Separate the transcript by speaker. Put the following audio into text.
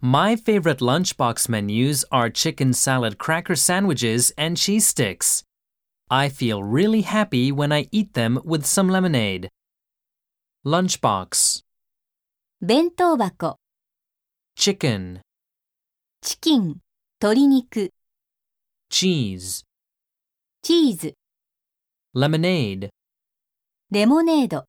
Speaker 1: My favorite lunchbox menus are chicken salad cracker sandwiches and cheese sticks. I feel really happy when I eat them with some lemonade. Lunchbox
Speaker 2: 弁当箱、
Speaker 1: Chicken
Speaker 2: チキン、鶏肉、
Speaker 1: Cheese
Speaker 2: チーズ、
Speaker 1: Lemonade
Speaker 2: レモネード。